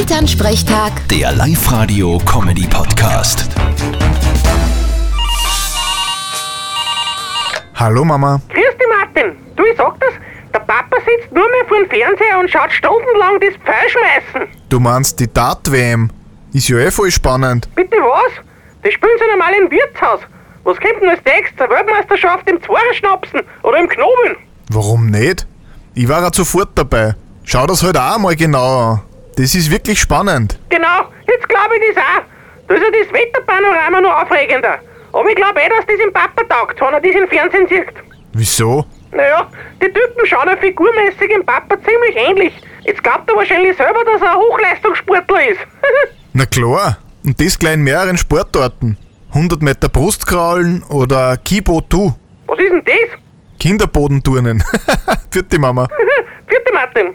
Elternsprechtag, Der Live-Radio-Comedy-Podcast. Hallo Mama. Grüß dich, Martin. Du, ich sag das, der Papa sitzt nur mehr vorm Fernseher und schaut stundenlang das Pfeilschmeißen. Du meinst die Dart-WM? Ist ja eh voll spannend. Bitte was? Das spielen sie normal im Wirtshaus. Was kommt denn als nächstes? Eine Weltmeisterschaft im Zwarenschnapsen oder im Knobeln? Warum nicht? Ich war ja sofort dabei. Schau das halt auch mal genau an. Das ist wirklich spannend. Genau, jetzt glaube ich das auch. Da ist ja das Wetterpanorama noch aufregender. Aber ich glaube eh, dass das dem Papa taugt, wenn er das im Fernsehen sieht. Wieso? Naja, die Typen schauen ja figurmäßig dem Papa ziemlich ähnlich. Jetzt glaubt er wahrscheinlich selber, dass er ein Hochleistungssportler ist. Na klar. Und das gleich in mehreren Sportarten. 100 Meter Brustkraulen oder Kibo-Tu. was ist denn das? Kinderbodenturnen. Für die Mama. Vierte Martin.